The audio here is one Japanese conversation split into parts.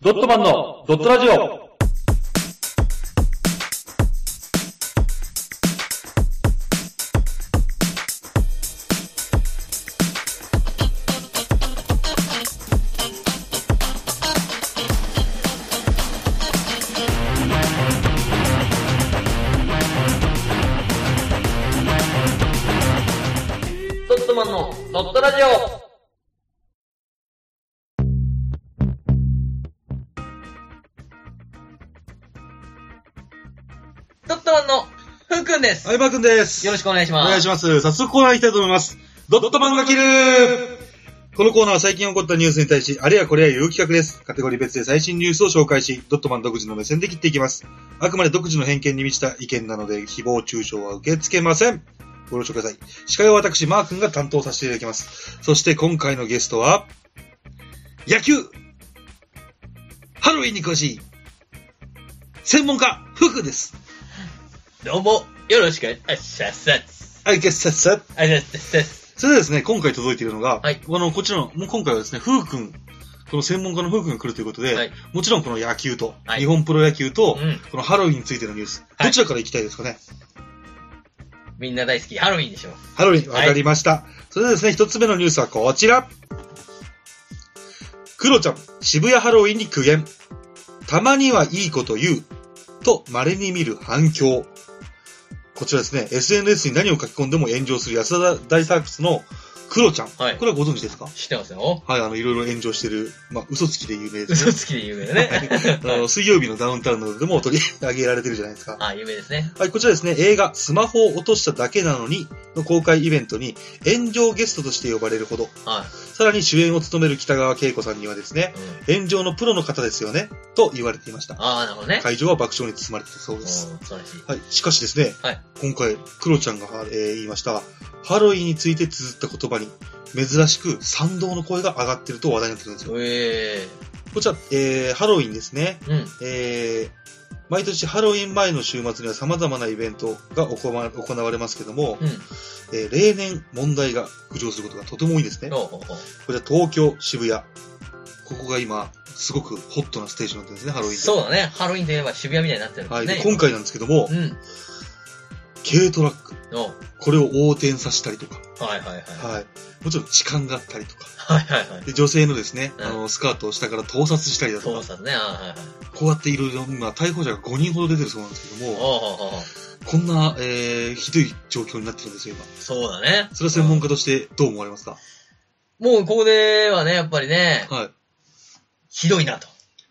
ドットマンのドットラジオドットマンのドットラジオドットマンのふうくんです。相葉くんです。よろしくお願いしおます。願いします。早速コーナー行きたいと思います。ドットマンが切るこのコーナーは最近起こったニュースに対し、あれやこれやいう企画です。カテゴリー別で最新ニュースを紹介し、ドットマン独自の目線で切っていきます。あくまで独自の偏見に満ちた意見なので、誹謗中傷は受け付けません。ご了承ください。司会は私、マー君が担当させていただきます。そして今回のゲストは、野球ハロウィンに詳しい専門家、福です。どうも、よろしく、あっしゃっさっす。はい、ゲッセッセッあっしゃっさっす。それではですね、今回届いているのが、はいあの、こちらの、もう今回はですね、ふうくん、この専門家のふうくんが来るということで、はいもちろんこの野球と、はい日本プロ野球と、うん。このハロウィンについてのニュース、はいどちらから行きたいですかね。みんな大好き、ハロウィンでしょ。ハロウィン、はいわかりました。それではですね、一つ目のニュースはこちら。クロちゃん、渋谷ハロウィンに苦言。たまにはいいこと言う。と、稀に見る反響。こちらですね、SNS に何を書き込んでも炎上する安田大サークスのクロちゃん。はいこれはご存知ですか知ってますよ。はい、あの、いろいろ炎上してる、まあ、嘘つきで有 名で嘘すね。つきで有名だね。あの、水曜日のダウンタウンなどでも取り 上げられてるじゃないですか。あ、有名ですね。はい、こちらですね、映画、スマホを落としただけなのに、の公開イベントに、炎上ゲストとして呼ばれるほど、はさらに主演を務める北川景子さんにはですねい。、うん。炎上のプロの方ですよね、と言われていました。あー、なるほどね。会場は爆笑に包まれていたそううんです。素晴らしい。はい、しかしですね、はい今回、クロちゃんが、えー言いました、ハロウィンについて綴った言葉に、珍しく賛同の声が上がってると話題になってるんですよ。えこちら、えー、ハロウィンですね。ー。うん。えー、毎年ハロウィン前の週末には様々なイベントが行わ行われますけども、うん。えー例年問題が浮上することがとても多いんですね。こほうほうほうちら東京、渋谷。ここが今、すごくホットなステージになってるんですね、ハロウィンで。そうだね。ハロウィンといえば渋谷みたいになってるんではすい、ね。で今回なんですけども、うん。軽トラック。おこれを横転させたりとか、はいはいはい。はい。もちろん痴漢があったりとか。はいはいはい。で、女性のですね、うんあの、スカートを下から盗撮したりだと盗か、撮ね。あーはいはい。こうやっていろいろ、今、逮捕者が5人ほど出てるそうなんですけどおうも、おうおうおうこんな、えー、ひどい状況になってるんですよ、今。そうだね。それは専門家としてどう思われますか、もうここではね、やっぱりね、はい。ひどいなと。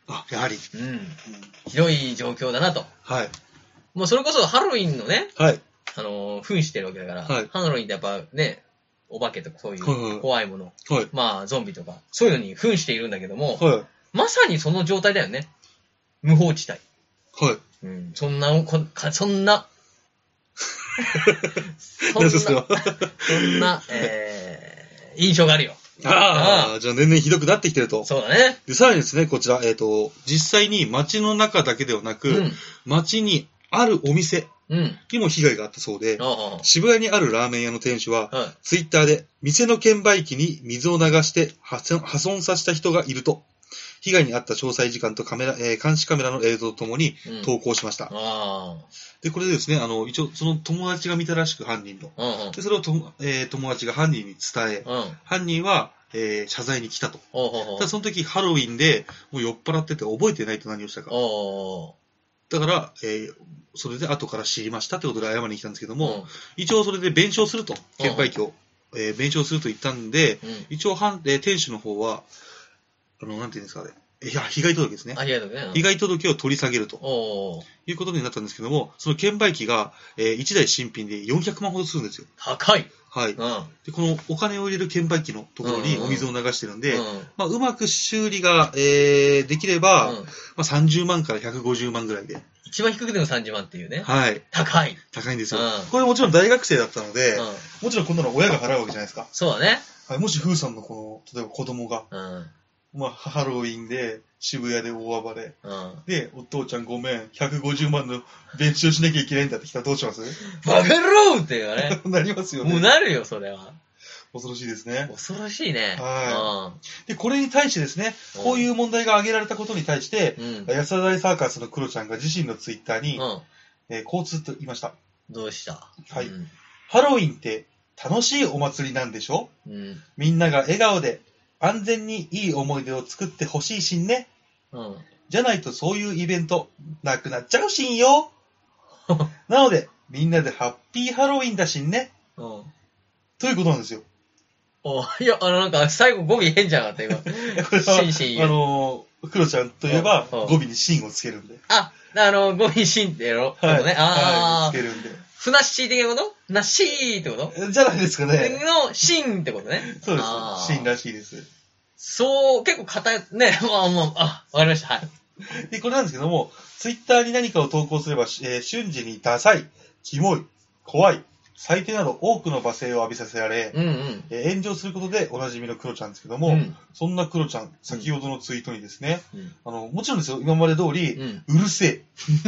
あ、やはり。うん。ひどい状況だなと。はい。もうそれこそハロウィンのね、はい。あのー、扮してるわけだから、はいハロウィンってやっぱね、お化けとかそういはいはうい怖いもの、はい。まあゾンビとか、そういうのに扮しているんだけども、はい。まさにその状態だよね。無法地帯。はい。うん、そんな、こかそん な、そんな、何ですかそれはそんな、えー、印象があるよ。 ああ、じゃあ年々ひどくなってきてると。そうだね。で、さらにですね、こちら、えっ、と、実際に街の中だけではなく、うん。街にあるお店うん。にも被害があったそうで、あ渋谷にあるラーメン屋の店主は、あ。はい。ツイッターで、店の券売機に水を流して破損破損させた人がいると、被害に遭った詳細時間とカメラ、えー監視カメラの映像とともにうん投稿しました。あで、これでですね、あの、一応、その友達が見たらしく犯人の。あ。うんで、それをとも、えー友達が犯人に伝え、うん。うん。犯人は、えー謝罪に来たと。おうほうほうただその時ハロウィンで、もう酔っ払ってて覚えてないと何をしたか。おだから、えーそれで後から知りましたってことで謝りに来たんですけどうも、一応それで弁償すると、券売機を、えー弁償すると言ったんで、うん。うん。一応犯、えー店主の方は、あの、なんていうんですかね、いや、被害届ですね。ありがとうね。被害届を取り下げるとおおいうことになったんですけども、その券売機が、え1台新品で400万ほどするんですよ。高い。はい。うん。で、このお金を入れる券売機のところにお水を流してるんで、うん。まあ、うまく修理が、えーできれば、うまんあ、30万から150万ぐらいで、一番低くても30万っていうね。はい、高い。高いんですよ。うんこれもちろん大学生だったので、うん。もちろんこんなの親が払うわけじゃないですか。そうだね。はい、もし、ふーさんのこの、例えば子供が、うん。まあ、ハロウィンで、渋谷で大暴れ。うん。で、お父ちゃんごめん、150万の弁償しなきゃいけないんだってきたらどうします バカ野郎っていうね。なりますよもうね。なるよ、それは。恐ろしいですね。恐ろしいね。はで、これに対してですね、うんこういう問題が挙げられたことに対して、うん。うん。安田大サーカスのクロちゃんが自身のツイッターに、うん。えーこうつって言いました。どうしたはいうん。ハロウィンって楽しいお祭りなんでしょうん。みんなが笑顔で安全にいい思い出を作ってほしいしんね。うん。じゃないとそういうイベントなくなっちゃうしん よ。なので、みんなでハッピーハロウィンだしんね。うん。ということなんですよ。おいや、あの、なんか、最後語尾変じゃなか った、今。これはシンシン言あう。のー、クロちゃんといえば、うんうん語尾にシンをつけるんで。あ、あの、語尾シンってやろう。ね。あはい、つあ、けるんで。ふなっしー的なことなっしーってことじゃないですかね。の、シンってことね。そうであす。ーシンらしいです。そう、結構硬い、ね、 まあまあ、あ、わかりました、はい。で、これなんですけども、ツイッターに何かを投稿すれば、えー瞬時にダサい、キモい、怖い、最低など多くの罵声を浴びさせられ、うんうん。えー炎上することでおなじみのクロちゃんですけども、ん、そんなクロちゃん、先ほどのツイートにですね、うんあの、もちろんですよ、今まで通り、うん。うるせえ。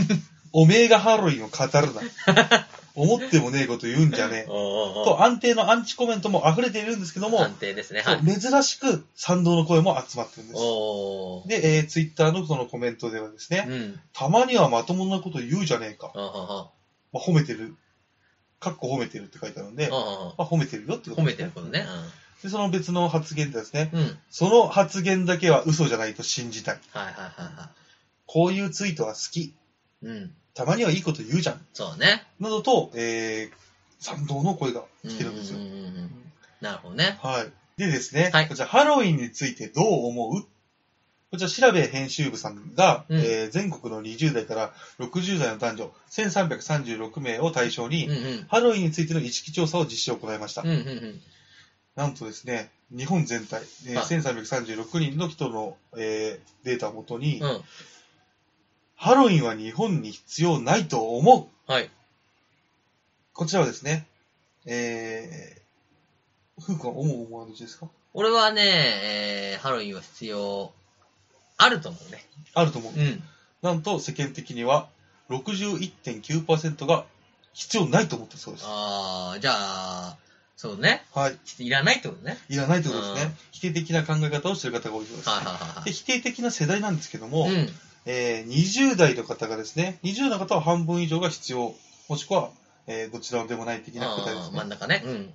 おめえがハロウィンを語るな。 思ってもねえこと言うんじゃねえ。おーおーおーと、安定のアンチコメントも溢れているんですけども、判定ですね、はい。珍しく賛同の声も集まってるんです。おお。で、えー、ツイッターのそのコメントではですね、うん。たまにはまともなこと言うじゃねえか。あはは。まあ、褒めてる。かっこ褒めてるって書いてあるんで、あはは。まあ、褒めてるよってこと褒めてることね。で、その別の発言でですね、うん。うん。その発言だけは嘘じゃないと信じたい。はいはいはいはこういうツイートは好き。い。うん。たまにはいいこと言うじゃん。そうね。などと、えー、賛同の声がう来てるんですよ。ううんうんなるほどね。はい。でですね、はいこちらハロウィンについてどう思うこちら、調べ編集部さんが、うんえー全国の20代から60代の男女1336名を対象うに、んうん。ハロウィンについての意識調査を実施行いました。うんうんうん。なんとですね、日本全体、えーはい1336人の人の、えーデータをもとに、うん。ハロウィンは日本に必要ないと思う。はい。こちらはですね、えー、ふうくんは思う思わぬちですか俺はね、えー、ハロウィンは必要、あると思うね。あると思う。うん。なんと世間的には61.9%が必要ないと思ってるそうです。ああ、じゃあ、そうね。はい。いらないってことね。いらないということですうね。否定的な考え方をしている方が多いそうです。はいはいで否定的な世代なんですけども、はいはい。うん。えー20代の方がですね、20代の方は半分以上が必要、もしくは、えーどちらでもない的なあ答えであすー真ねん。中ね。うん。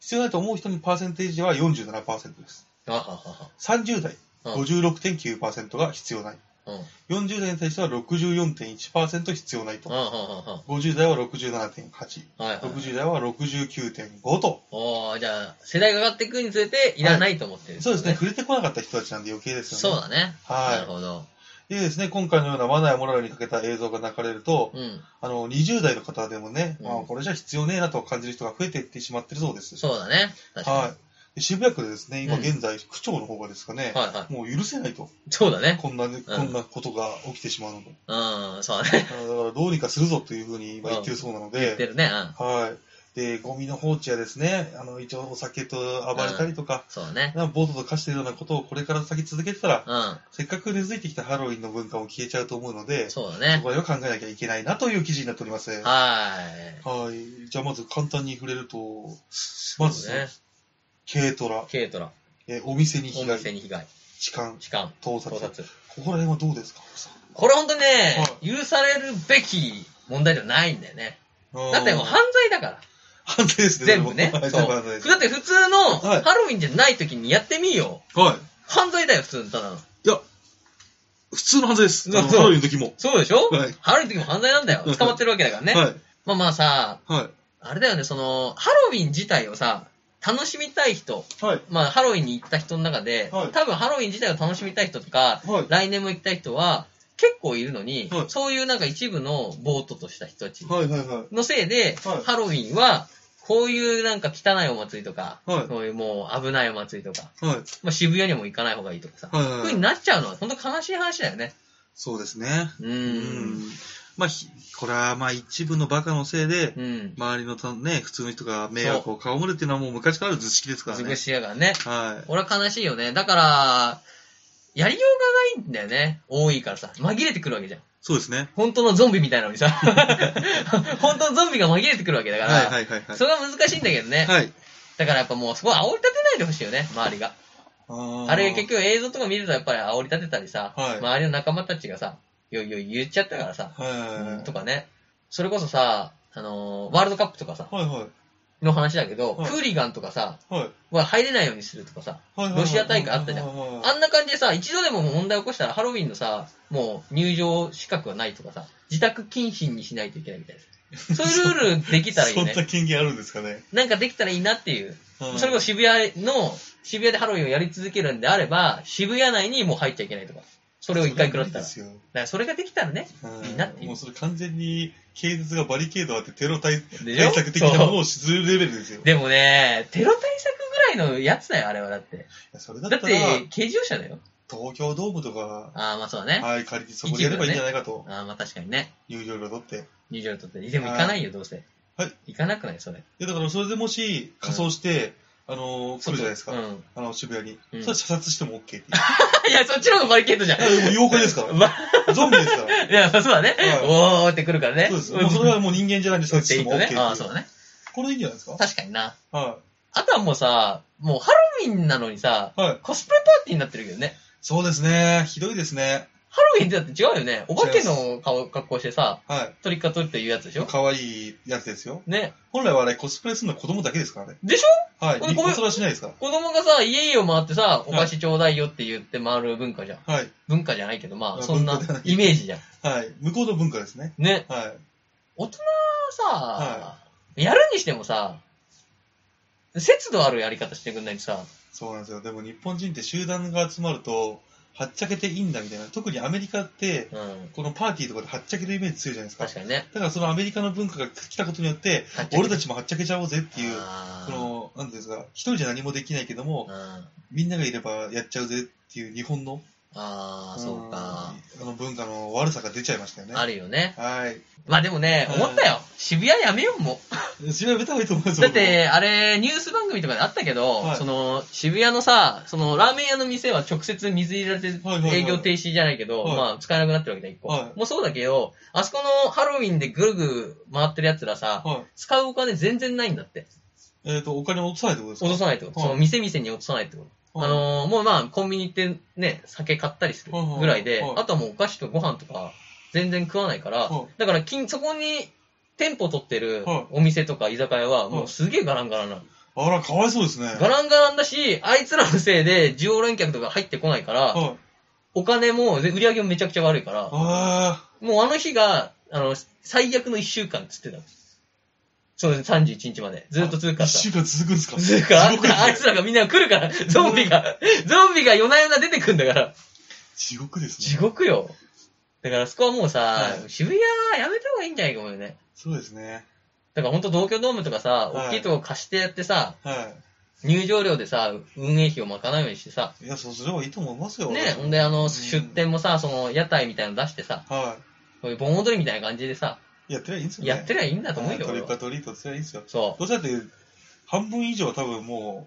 必要ないと思う人のパーセンテージは47%です。あはは30代、うん56.9%が必要ない。は。うん。 40代に対しては64.1%必要ないとうん。。う50代は67.8。ん。うん。はいはい。 60代は69.5と、おーじゃあ、世代が上がっていくにつれて、いらないと思ってる、そうですね、。触れてこなかった人たちなんで余計ですそうよね。だね。なるはほど。い。でですね、今回のようなマナーやモラルにかけた映像が流れると、うん。あの、20代の方でもね、うんまあ、これじゃ必要ねえなと感じる人が増えていってしまってるそうです。そうだね。確かはい。で渋谷区でですね、今うん現在、区長の方がですかねに。、はいはもう許せないと。い。そうだね。こんなね、こんなことが起きてしまうのと。うん、そうだね。あのだから、どうにかするぞというふうに今言ってるそうなの言ってで、るね。うん。はい。で、ゴミの放置やですね、あの、一応お酒と暴れたりとか、そうだね。なボートと化しているようなことをこれから先続けてたら、うせっかく根付いてきたハロウィンの文化も消えちゃうと思うので、ん。そそうだね。こら辺は考えなきゃいけないなという記事になっております。ははい。い。じゃあまず簡単に触れると、まず、そうね軽トラ、軽トラ。えお店にお被害、店に被害。痴漢、痴漢。盗撮盗撮。ここら辺はどうですかこれほんとね、は許されるべき問題じゃないんだよね。だってもうあー犯罪だから。反対ですね。全部ね。でもそ はう。い全部反対です。だって普通のはいハロウィンじゃない時にやってみよう。はい。犯罪だよ、普通のただの。普通の犯罪です。そうあのハロウィンの時も。そうでしょはい。ハロウィンの時も犯罪なんだよ。捕まってるわけだからね。はい。まあまあさ、はあれだよね、その、ハロウィン自体をさ、楽しみたい人、い。はい。まあハロウィンに行った人の中で、はい多分ハロウィン自体を楽しみたい人とか、はい。来年も行きたい人は結構いるのに、はいそういうなんか一部のぼーっととした人たちはい。はい。はい。のせいで、はいハロウィンはこういうなんか汚いお祭りとか、はいそういうもう危ないお祭りとか、はい。まあ、渋谷にも行かない方がいいとかさ、はいはいふうになっちゃうのは本当悲しい話だよね。そうですね。ううんん。まあ、ひこれはまあ一部のバカのせいで、うん。周りのたね、普通の人が迷惑を被るっていうのはもう昔からの図式ですからずねく。しやがらね。はい。俺は悲しいよね。だから、やりようがないんだよね。多いからさ。紛れてくるわけじゃん。そうですね。本当のゾンビみたいなのに さ。本当のゾンビが紛れてくるわけだから。はいはいはいはい。それは難しいんだけどね。はい。だからやっぱもうそこは煽り立てないでほしいよね、周りが。あーあれ結局映像とか見るとやっぱり煽り立てたりさ、はい周りの仲間たちがさ、いよいよ言っちゃったからさ、はいはいはい。とかね。それこそさ、あのーワールドカップとかさ、はいはい。の話だけど、はいクーリガンとかさ、はい。は入れないようにするとかさ、はいはいはいロシア大会あったじゃんはいはいはいあんな感じでさ、一度でも問題起こしたらハロウィンのさ、もう入場資格はないとかさ、自宅謹慎にしないといけないみたいです。そういうルールできたらいい そんねな。権限あるんですかね。なんかできたらいいなっていう。はいそれこそ渋谷の、渋谷でハロウィンをやり続けるんであれば、渋谷内にもう入っちゃいけないとか。それを一回食らったら。だそれはいいかですよらそれができたらね、はいいいなっていうもうそれ完全に警察がバリケードあってテロ対でしょ対策的なものそうをするレベルですよ。いでもね、テロ対策ぐらいのやつだよ、あれはだって。やそれだだっったら、て、軽乗車だよ。東京ドームとか、ああ、まあそうだね。はい、仮にそこでやればいいんじゃないかと、ああ、まあ確かにね。入場料取って。入場料取って。でも行かないよ、どうせ。はい。行かなくない、それ。で、だからそれでもし仮装して、あのー、来るじゃないですか。うん。 あの、渋谷に。うんそれは射殺しても OK っていう。いや、そっちの方がバリケードじゃん。いやでも妖 怪ですかまら。ゾンビですから。いや、そうだね。はおーってくるからね。そうです。もうそれはもう人間じゃないんで射うん殺しても OK っていう。ああ、そうだね。これいいんじゃないですか確かにな。はあとはもうさ、もうハロウィンなのにさ、い。はい。コスプレパーティーになってるけどね。そうですね。ひどいですね。ハロウィンってだって違うよね。お化けの顔、格好してさ、はトリックアトリート言うやつでしい。ょ可愛いやつですよ。ね。本来はあれコスプレするのは子供だけですからね。でしょはい。こニれコそれはしないですか子供がさ、家々を回ってさ、お菓子ちょうだいよって言って回る文化じゃん。ら。はい。文化じゃないけど、ままああ、そんな文化ではないイメージじゃん。はい。向こうの文化ですね。ね。はい。大人さ、はやるにしてもさ、節度あるやり方してくんないとさ、そうなんですよ。でも日本人って集団が集まると、はっちゃけていいんだみたいな。特にアメリカって、うん。このパーティーとかではっちゃけるイメージ強いじゃないですか。確かにね。だからそのアメリカの文化が来たことによって、はっちゃけ俺たちもはっちゃけちゃおうぜっていう、あそーの、なんていうんですか、一人じゃ何もできないけども、うんみんながいればやっちゃうぜっていう日本の、あー、そうか。うんあの文化の悪さが出ちゃいましたよね。あるよね。はい。まあでもね、うん思ったよ。渋谷やめよう、も調べた方がいいと思いますう。だよっ、て、あれ、ニュース番組とかであったけど、はいその、渋谷のさ、その、ラーメン屋の店は直接水入れられてはいはいはい営業停止じゃないけど、はいまあ、使えなくなってるわけだ、一個。はいもうそうだけど、あそこのハロウィンでぐるぐる回ってる奴らさ、僕もはい。使うお金全然ないんだって。えっ、と、お金を落とさないってことですか落とさないってこと。はいその、店々に落とさないってこと。あはいのーもうまあ、コンビニ行ってね、酒買ったりするぐらいではいはいは、いあとはもうお菓子とご飯とか全然食わないからはい、だから金、そこに店舗取ってるはいお店とか居酒屋はもはういすげえガランガランなの。あら、かわいそうですね。ガランガランだし、あいつらのせいで常連客とか入ってこないから、はい。お金も、で売り上げもめちゃくちゃ悪いから、あもうあの日が、あの、最悪の1週間っつってたの。そうです、31日まで。ずっと続あ。か一った。週間続くんですかつうか、地獄ですねあいつらがみんな来るから、ゾンビが、ゾンビが夜な夜な出てくんだから。地獄ですね。地獄よ。だからそこはもうさ、はい渋谷やめた方がいいんじゃないかもよね。そうですね。だからほんと東京ドームとかさ、はい大きいとこ貸してやってさ、は入場料でさ、運営費を賄うようにしてさ、い。いや、そうすればいいと思いますよ。ね、私もほんであうの、ん出店もさ、その屋台みたいなの出してさ、はこういう盆踊りみたいな感じでさ、い。やってりゃいいんですよね。やってりゃいいんだと思うはよい。トリ俺ックアは。トリートってりゃいいんですよ。そう。どうせだって、半分以上は多分も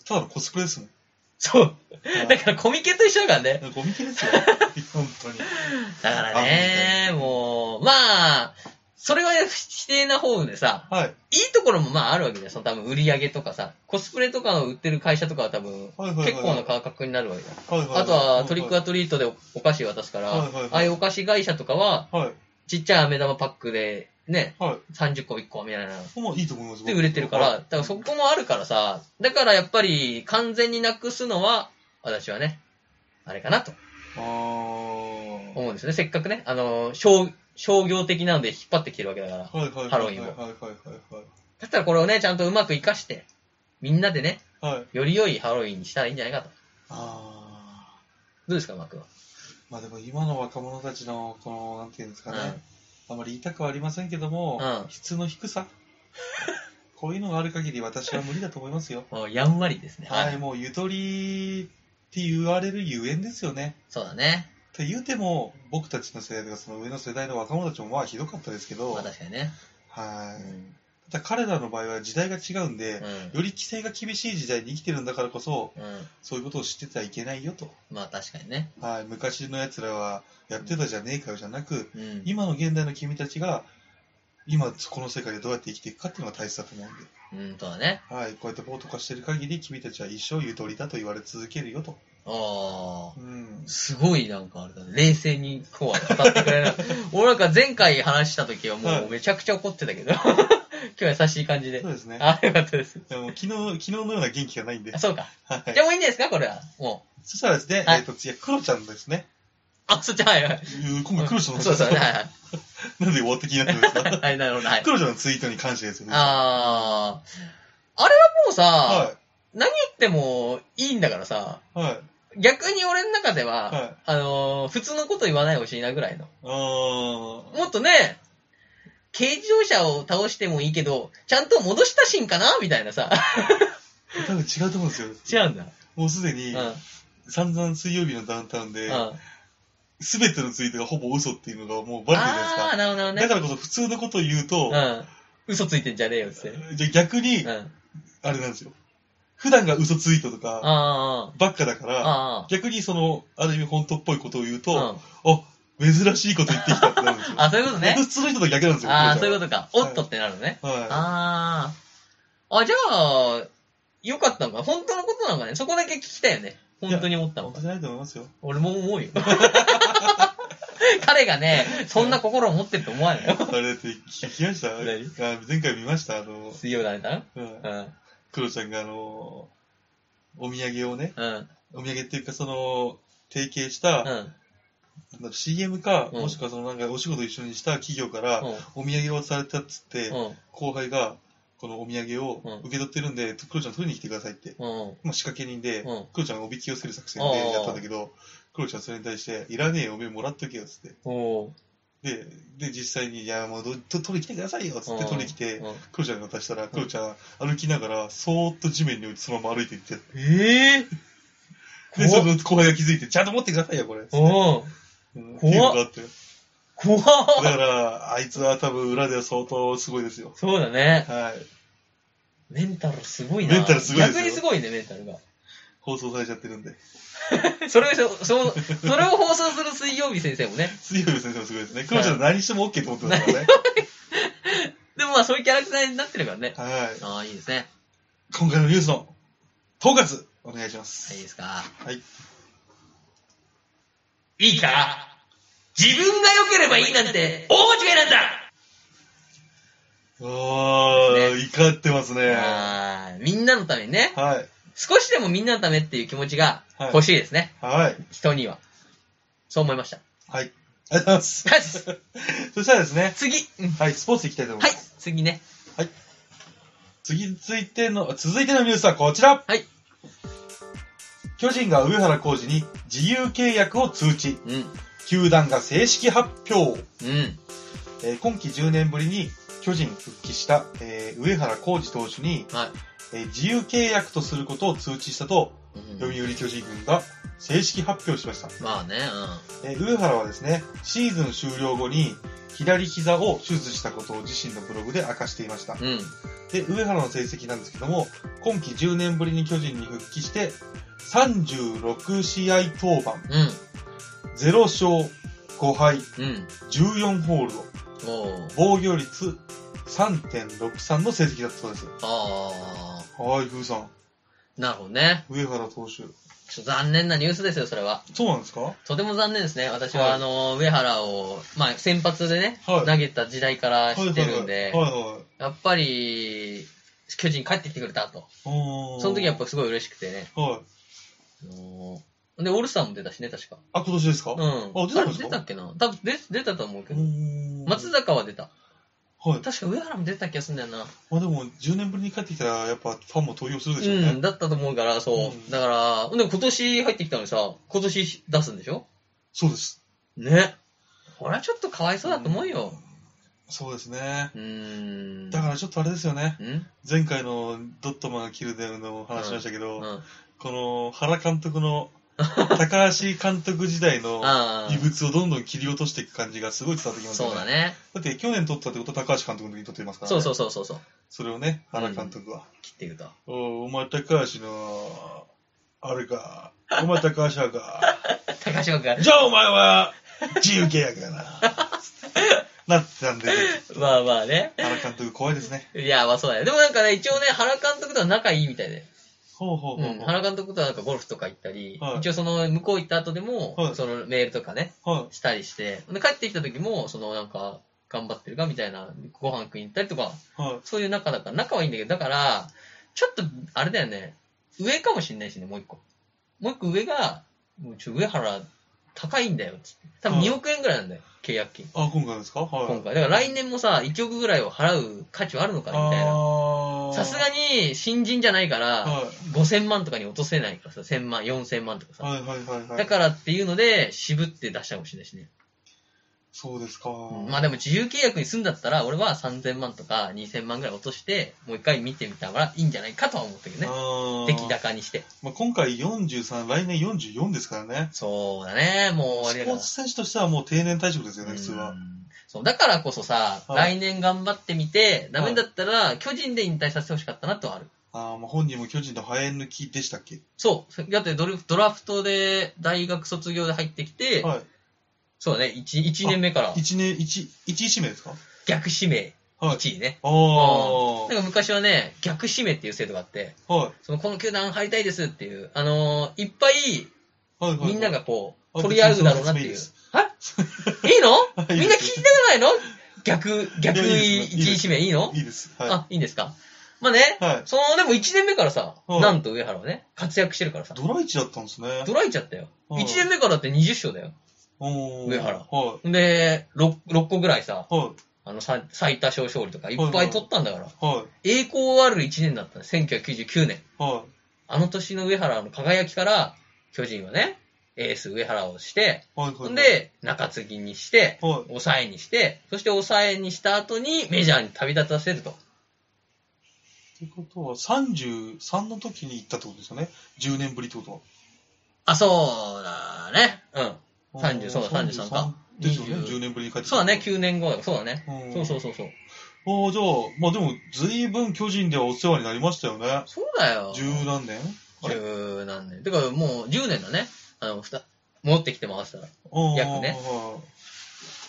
う、ただのコスプレですもん。そう。はいだからコミケと一緒だからね。ゴミ系 ですよ。本当に。だからね、もう、まあ、それは否定な方でさ、はい。いいところもまああるわけじゃん。その多分売り上げとかさ、コスプレとかの売ってる会社とかは多分、はいはいはい結構な価格になるわけじゃん。はいはいいあとはトリックアトリートでおお菓子渡すから、はいはいはいああいうお菓子会社とかは、はい。ちっちゃい飴玉パックで、ね、は30個1個みたいな。い。もういいと思います。で売れてるから、だからそこもあるからさ、だからやっぱり完全になくすのは、私はね、あれかなとあー。思うんですよね。せっかくね、あの、商商業的なので引っ張ってきてるわけだから。はいはいはいはい。ハロウィンもはいはいはいだったらこれをね、ちゃんとうまく活かして、みんなでね、はい。はい。より良いハロウィンにしたらいいんじゃないかと。あどうですか、マークは。ー。まあでも今の若者たちの、この、なんていうんですかね。うんあまり言いたくはありませんけども、うん質の 低さ。こういうのがある限り私は無理だと思いますよ。もうやんわりですね。はい、もうゆとりって言われるゆえんですよね。そうだね。って言うても、僕たちの世代とかその上の世代の若者たちもまあひどかったですけど、まあ確かにね。はうい。ん。ただ彼らの場合は時代が違うんうで、ん。より規制が厳しい時代に生きてるんだからこそ、うんそういうことを知っててはいけないよと。まあ確かにね。はい。昔の奴らはやってたじゃねえかよじゃなく、うん。今の現代の君たちが今、この世界でどうやって生きていくかっていうのが大切だと思うんで。うん、そうだね。はい、こうやって暴徒化してる限り、君たちは一生ゆとりだと言われ続けるよと。ああ。うん。すごいなんかあれだね。冷静にこうは語ってくれ ない。俺なんか前回話した時ははもいうめちゃくちゃ怒ってた けど。今日は優しい感じでそ。うですね。あ、よかったです。でも昨日、昨日のような元気がないんであ、。そうか。はいじ。ゃあもういいんですかこれは。もう。そしたらですね、はいえっ、と、次はクロちゃんですね。あ、そっち、はいはい。うん今回クロちゃん のそうそう、はいはなんで終わった気になってるんですかい。はい、なるほど、はいク。ロちゃんのツイートに関してですよね。あー。あれはもうさ、は言ってもいいんだからさ、い。はい。逆に俺の中では、はい。あのー普通のこと言わないほしいなぐらいの。あー。もっとね、軽自動車を倒してもいいけど、ちゃんと戻したシーンかなみたいなさ。多分違うと思うんですよ。違うんだ。もうすでに、うん。散々水曜日のダウンタウンで、あすべてのツイートがほぼ嘘っていうのがもうバレてるじゃないですあか。ー、なるほどだね。からこそ普通のことを言うとう、ん。嘘ついてんじゃねえよっつって。じゃあ逆に、うん。ああれなんですよ。普段が嘘ツイートとかあばっかだかー、ら、あーあー。逆にその、ある意味本当っぽいことを言ううと、ん珍しいこと言ってきたってなるんですよ。あ、そういうことね僕。普通の人と逆なんですよ。ああ、こそうれいうじゃことか。おっとってなるのね。はい。ああ。あ、じゃあ、よかったのか。本当のことなのかね。そこだけ聞きたいよね。本当に思ったの本か当。じゃないと思いますよ。俺も思うよ。彼がね、そんな心を持ってると思わないよ。あれだって聞きました あ何前回見ましたあの、水曜だねだうんな。クロちゃんがあの、お土産をね、うん。うん。お土産っていうかその、提携した、うん。なんか CM か、うんもしくはそのなんかお仕事一緒にした企業から、うお土産をされたっつって、ん。後輩が、このお土産をうん受け取ってるんで、クロちゃん取りに来てくださいって。うん。うん。まあ、仕掛け人で、うんクロちゃんをおびき寄せる作戦でやったんだけど、クロちゃんそれに対して、いらねえよ、おめえもらっとけよ、つって。おーで、で、実際に、いや、もうど、と取りに来てくださいよ、つって取りに来て、うんクロちゃんが渡したら、クロちゃん歩きながら、そーっと地面に置いてそのまま歩いていって、ええで、そ怖っの後輩が気づいて、ちゃんと持ってくださいよ、これ。おーうんっ怖てっいうのがあって。怖っだから、あいつは多分裏では相当すごいですよ。そうだね。はい。メンタルすごいな。メンタルすごいですよ逆にすごいね、メンタルが。放送されちゃってるんで。それを、そう、それを放送する水曜日先生もね。水曜日の先生もすごいですね。クロちゃん何しても OK と思ってますからね。でもまあそういうキャラクターになってるからね。はい。ああ、いいですね。今回のニュースの、統括、お願いします。いいですか。はい。いいか自分が良ければいいなんて大間違いなんだあでー、怒ってますね。はあーみんなのためにねい。。はい。少しでもみんなのためっていう気持ちがはい欲しいですね。はい。人には。そう思いました。ありがとうございます。そしたらですね、次、うんはい、スポーツいきたいと思いはまいす。、次ね。次、続いての、続いてのニュースはこちら。はい。巨人が上原浩二に自由契約を通知。うん、うん、球団が正式発表。うん、えー今季10年ぶりに巨人復帰した、えー上原浩二投手に、はえー自由契約とすることを通知したと、う読ん。売巨人軍が正式発表しました。まあね、えー上原はですね、シーズン終了後に左膝を手術したことを自身のブログで明かしていました。うん、うん、で、上原の成績なんですけども、今季10年ぶりに巨人に復帰して、36試合登板、うん、 0勝5敗、うん。 14ホールド、おー防御率3.63の成績だったそうです。あはい、ふーさん。ー、なるほどね。上原投手。ちょっと残念なニュースですよ、それは。そうなんですかとても残念ですね。私はいは、あの、上原を、まあ、先発でね、はい投げた時代から知ってるんはいで、はいはい。やっぱり、巨人帰ってきてくれたと。そその時やっぱすごい嬉しくてね。はい。あのーで、オールスターも出たしね、確か。あ、今年ですかうん。あ出たんですか出たっけな多分出出たと思うけど。松松坂は出た。はい。確か上原も出た気がするんだよな。まあでも、10年ぶりに帰ってきたら、やっぱファンも投票するでしょううん、ね。だったと思うから、そう。うんだから、でも今年入ってきたのにさ、今年出すんでしょそうです。ね。これはちょっとかわいそうだと思うよ。そうですね。うーん。だからちょっとあれですよね。うん前回のドットマンがキルデムの話しましたけど、うん。この原監 督の、高橋監督時代のあ異物をどんどん切り落としていく感じがすごい伝わってきますよね。そうだ。ね。だって去年撮ったってことは高橋監督の時に撮ってますから、ね。そうそうそうそうそう。それをね、原監督は。切ってい くと。おうお前高橋の、あれか。お前高橋派 か。高橋が。じゃあお前は、自由契約やな。なってたんで、まあまあね。原監督怖いですね。いや、まあそうだね。でもなんかね、一応ね、原監督とは仲いいみたいで。ほうほううほうほん、う。原監督とはなんかゴルフとか行ったり、はい一応その向こう行った後でも、はいそのメールとかね、はい。したりして、で帰ってきた時も、そのなんか、頑張ってるかみたいな、ご飯食いに行ったりとか、はい。そういう仲だから、仲はいいんだけど、だから、ちょっと、あれだよね、上かもしんないしね、もう一個。もう一個上が、もうちょ、上原、高いんだよ、つって。多分はい2億円ぐらいなんだよ、契約金。あ、今回ですかはい。今回。だから来年もさ、1億ぐらいを払う価値はあるのか、みたいな。あーさすがに、新人じゃないから、は5000万とかに落とせないからさ、1000万、4000万とかい。さ。はいはいはいはい。だからっていうので、渋って出したかもしれないしね。そうですか。まあでも自由契約にするんだったら、俺は3000万とか2000万ぐらい落として、もう一回見てみたらいいんじゃないかとは思ったけどね。あー出来高にして。まあ、今回43、来年44ですからね。そうだね、もう終わりスだポかーらツ。選手としてはもう定年退職ですよね、普通うは。んそうだからこそさ、は来年頑張ってみて、ダメだったら、巨人で引退させてほしかったなとはある。あーまあ本人も巨人と早抜きでしたっけそう。だってドルドラフトで、大学卒業で入ってきて、はそうだね、1, 一年目からい。1年、一一位指名ですか逆指名はい。 1位ね。あなんか昔はね、逆指名っていう制度があって、あ。はい。そのこの球団入りたいですっていう、あのーいっぱいはいはいはい。みんながこう、あ取り合うだろうなっていう。別に えいいのはい。みんな聞きたくないの逆、逆いやいいです一位指名いいのいいです。はあ、いいんですかまあねい。、はい。その、でも1年目からさ、はいなんと上原はね、活躍してるからさ、ドライチだったんですね。ドライちゃったよ。1はい年目からって20勝だよ。おー上原はで、6, 六個ぐらいさ、い。はあの、さ最多勝勝利とかいっぱい取ったんだから、い。はい。栄光ある1年だったね、1999年。はあの年の上原の輝きから、巨人はね、エース上原をして、い。はい。ほはい。ん、で、中継ぎにして、はい。抑えにして、そして抑えにした後にメジャーに旅立たせると。ってことは、33の時に行ったってことですよね。10年ぶりってことは。あ、そうだね。うん。30そうだあー33かですよね、 20 10年ぶりに帰ってきそたうだね、9年後だ。そうだね。うんそうそうそうそう。ああ、じゃあ、まあでも、随分巨人ではお世話になりましたよね。そうだよ。十何年あれ十何年。てか、もう10年だね。あの、ふた戻ってきてますから。約ね。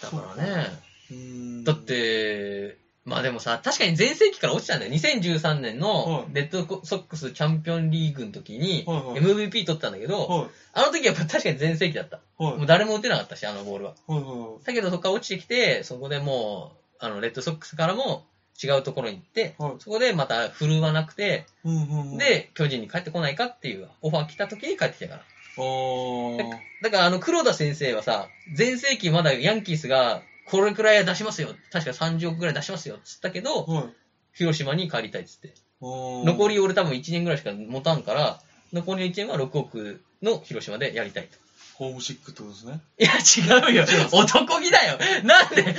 だからね。うーんだっ、て、まあでもさ、確かに前世紀から落ちたんだよ。2013年のはいレッドソックスチャンピオンリーグの時にはいはい MVP 取ったんだけど、はあの時はやっぱ確かに前世紀だった。い、はもい、はうい、誰も打てなかったし、あのボールは。はだけどそこから落ちてきて、そこでもう、あの、レッドソックスからも違うところに行って、い、はいそこでまた振るわなくて、うんうんうん、で、巨人に帰ってこないかっていうオファー来た時に帰ってきたから。あーだからあの、黒田先生はさ、前世紀まだヤンキースが、これくらいは出しますよ。確か30億くらい出しますよ。っつったけど、はい広島に帰りたいっつって。あー残り俺多分1年ぐらいしか持たんから、残りの1年は6億の広島でやりたいと。ホームシックってことですね。いや、違う よ。男気だよ。なんで、なん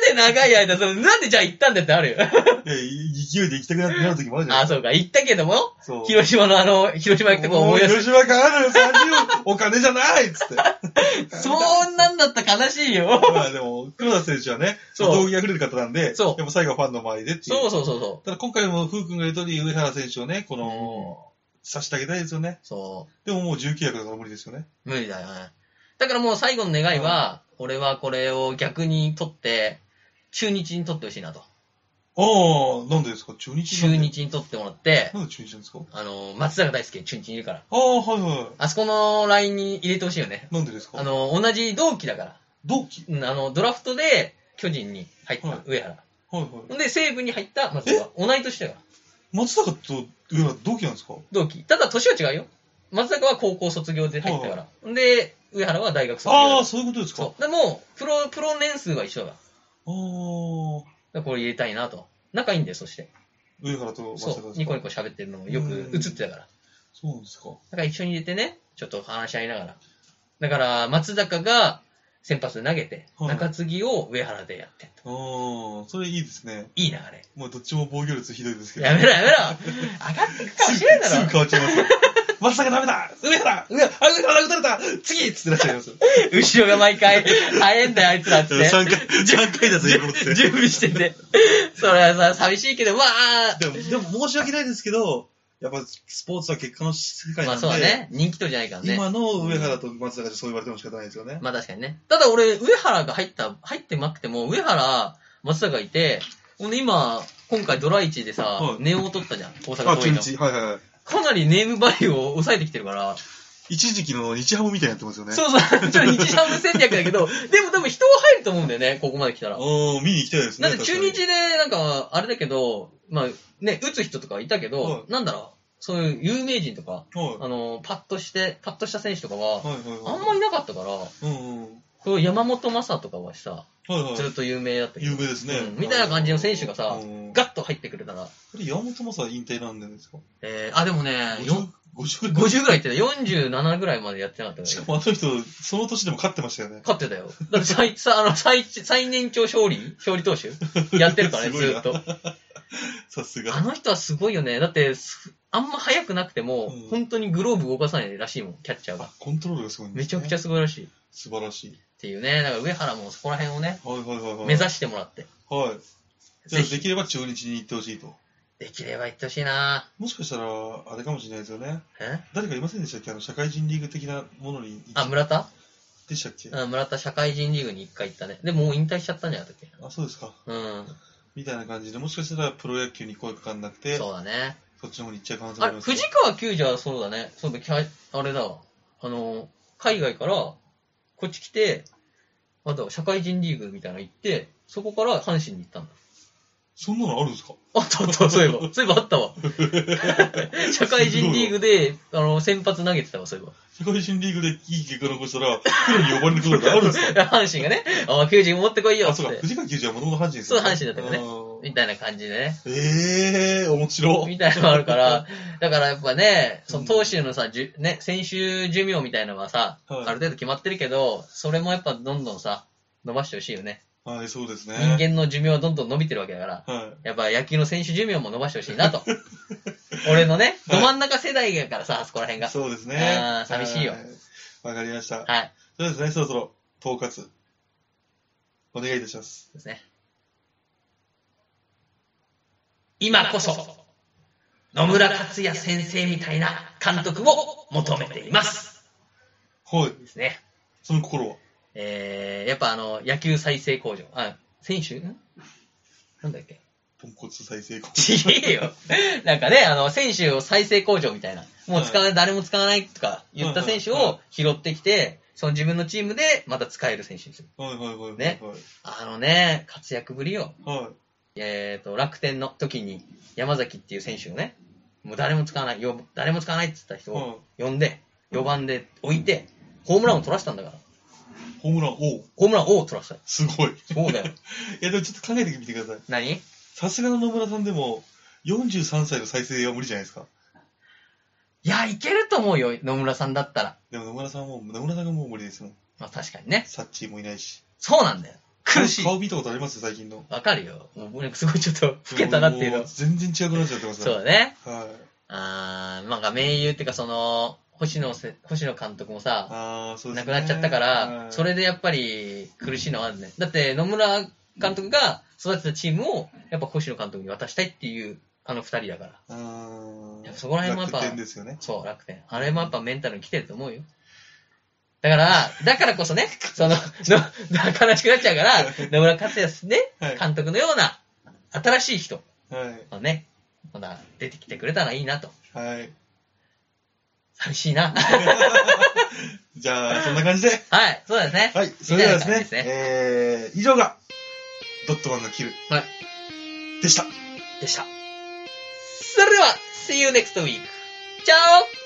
で長い間、その、なんでじゃあ行ったんだってあるよ。いや、い勢いで行きたくなる時もあるじゃないあ、ですそうか。行ったけども、か。そう広島のあの、広島行くとこもう思い出広す。島からある30億、お金じゃないっつって。そんなんだったら悲しいよ。まあでも、黒田選手はね、そう同期がくれる方なんで、そうやっぱ最後はファンの前でっていそう。うそうそうそう。ただ今回も、ふうくんが言う通り、上原選手をね、この、差し上げたいですよね。そでももう19役だから無理ですよね。う。無理だよね。だからもう最後の願いは、俺はこれを逆に取って、中日に取ってほしいなと。ああ、なんでですか中日なん中で日に取ってもらって、なんで中日なんですかあの、松坂大輔中日にいるから。ああ、はいはあそこのラインに入れてほしいよね。い。なんでですあかの、同じ同期だから。同期うんあの、ドラフトで巨人に入ったはい上原。はいはほんで、西武に入った松坂。同い年だから。い。松坂と上原同期なんですか同期。ただ、年は違うよ。松坂は高校卒業で入ったから。ほんで、上原は大学卒業。ああ、そういうことですかあそう。でも、プロ、プロ年数は一緒だ。だかあー、らこれ入れたいなと。仲いいんだよ、そして。上原と松坂そう。ですかニコニコ喋ってるのもよくうん映ってたから。そうなんですかだから一緒に入れてね、ちょっと話し合いながら。だから、松坂が先発で投げて、はい中継ぎを上原でやって。ああ、それいいですね。いい流れ。もうどっちも防御率ひどいですけど。やめろ やめろ上がっていくかもしれんだすぐろ変わっちゃいますよ。松坂ダメだ上原上原あ上原打たれた次っつってなっちゃいますよ。 後ろが毎回、早いんだよ、あいつらっつって。 3回、三回だぜ、今 のって。準備してて。それはさ、寂しいけど、まあ、でも、でも申し訳ないですけど、やっぱスポーツは結果の世界まなんあそで、うだね。人気取りじゃないからね。今の上原と松坂でそう言われても仕方ないですよね。まあ確かにね。ただ俺、上原が入った、入ってなくても、上原、松坂いて、ほんで今、今回ドラ1ではさい、ネオを取ったじゃん。大阪あ、桐中蔭の。日、はいはいはい。かなりネームバリューを抑えてきてるから、一時期の日ハムみたいになってますよね。そうそう、 ちょっと日ハム戦略だけど、でも多分人は入ると思うんだよね、ここまで来たら。おー、見に行きたいですね。なんで中日確かで、なんか、あれだけど、まあね、打つ人とかいたけど、はなんだろう、そういう有名人とか、にはいあの、パッとして、パッとした選手とかは、はいはいはい。あんまいなかったから、うんうん。この山本昌とかはさ、はいはい。ずっと有名だったけど有、名ですね、うんみたいな感じの選手がさうんこガッと入ってくれたら、れ山本もさ、引退なんでですかえー、あ、でもね、 50 50 50ぐらいってた、47ぐらいまでやってなかったよねしかもあの人、その年でも勝ってましたよね。勝ってたよ。だって最、さあの最、最年長勝利勝利投手やってるからね、 すずごいなーっと。さすあが。の人はすごいよね。だって、すあんま速くなくても、うん本当にグローブ動かさないらしいもん、キャッチャーがあ。コントロールがすごいんです、ね。めちゃくちゃ素すごいらしい。っ晴らしい。ていうね。だから上原もそこら辺をね、はいはいはいはい。目指してもらって。はい。じぜゃあひできれば中日に行ってほしいと。できれば行ってほしいなもしかしたら、あれかもしれないですよね。え誰かいませんでしたっけあの、社会人リーグ的なものにあ、行っ村田でしたっけうん、村田社会人リーグに一回行ったね。でももう引退しちゃったんじゃなかったっけあ、そうですか。うみたいな感じで、もしかしたらプロ野球に声かかんなくて、ん。そうだね。そっちの方に行っちゃう可能性もあありれ、ますね藤川球児はそうだね。そうだ、キャあれだわ。あの、海外から、こっち来て、あと社会人リーグみたいなの行って、そこから阪神に行ったんだ。そんなのあるんですかあったあ った、そういえば。そういえばあったわ。社会人リーグで、あの、先発投げてたわ、そうい社会人リーグでいい結果残したら、プロに呼ばれることってある んですかえば。阪神がね、あ、球児持ってこいよあ、っそうか。て。藤川球児はもともと阪神ですそう阪神だったよねね。みたいな感じでね。ええー、面白い。みたいなのがある から、だからやっぱね、そうのん投手のさ、じゅね、選手寿命みたいのはさ、はいある程度決まってるけど、それもやっぱどんどんさ、伸ばしてほしいよね。はい、そうですね。人間の寿命はどんどん伸びてるわけだから、はい。やっぱ野球の選手寿命も伸ばしてほしいな と。俺のね、ど真ん中世代やからさ、あそこら辺が。そうですね。あー寂しいよは。わかりました。はい。そうですね、そろそろ、統括、お願いいたします。ですね。今こそ、野村克也先生みたいな監督を求めています。はい。ですね。その心はえー、やっぱあの、野球再生工場。あ、選手んなんだっけポンコツ再生功。ちげえよ。なんかね、あの、選手を再生工場みたいな。もう使わない、誰も使わないとか言った選手はいはいを拾ってきて、その自分のチームでまた使える選手にする。はいはいはいはい。ねあのね、活躍ぶりよ。はえっ、と、楽天の時に山崎っていう選手をね、もう誰も使わない、よ誰も使わないって言った人い。をは呼んで、4番で置いて、ホームランを取らせたんだから。い。ホームラン、おうホームラン王を取らせた。すごい。そうだよ。いや、でもちょっと考えてみてください。 何さすがの野村さんでも、43歳の再生は無理じゃないですか。いや、いけると思うよ、野村さんだったら。でも野村さんも、野村さんがもう無理ですもん。まあ確かにね。サッチーもいないし。そうなんだよ。苦しい。顔見たことあります最近の。わかるよ。もうなんかすごいちょっと、老けたなっていうもの。全然違くなっちゃってますそうね。だね。はい。あー、なんか名優っていうかその、星野せ、星野監督もさ、ああ、そうで亡すくね。なっちゃったからは、いそれでやっぱり苦しいのはあるね。だって野村監督が育てたチームを、やっぱ星野監督に渡したいっていう、あの二人だから。あーいやそこら辺もやっぱ楽天ですよね。そう、楽天。あれもやっぱメンタルに来てると思うよ。だから、だからこそ ね、その、の悲しくなっちゃうから、野村克也ね、はい。監督のような新しい人はい。のね、まだ出てきてくれたらいいなと。はい。寂しいな。じゃあ、そんな感じで。はい、そうですね。はい。それではでみたいな感すじでね、すえー、以上が、ドットマンが切る。はい。でした。でした。それでは、See you next week! チャオ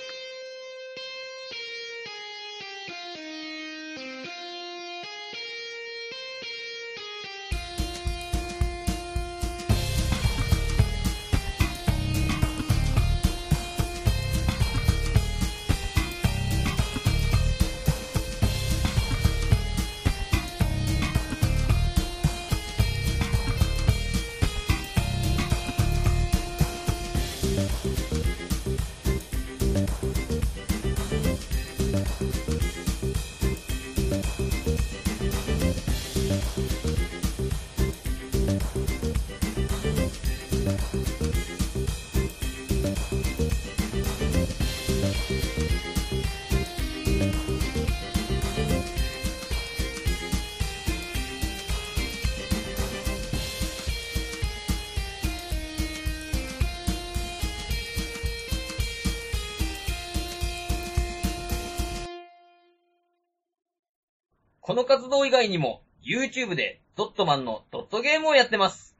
この活動以外にも、YouTube でドットマンのドットゲームをやってます。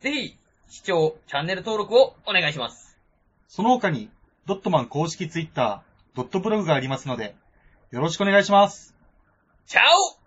ぜひ、視聴、チャンネル登録をお願いします。その他に、ドットマン公式ツイッター、ドットブログがありますので、よろしくお願いします。チャオ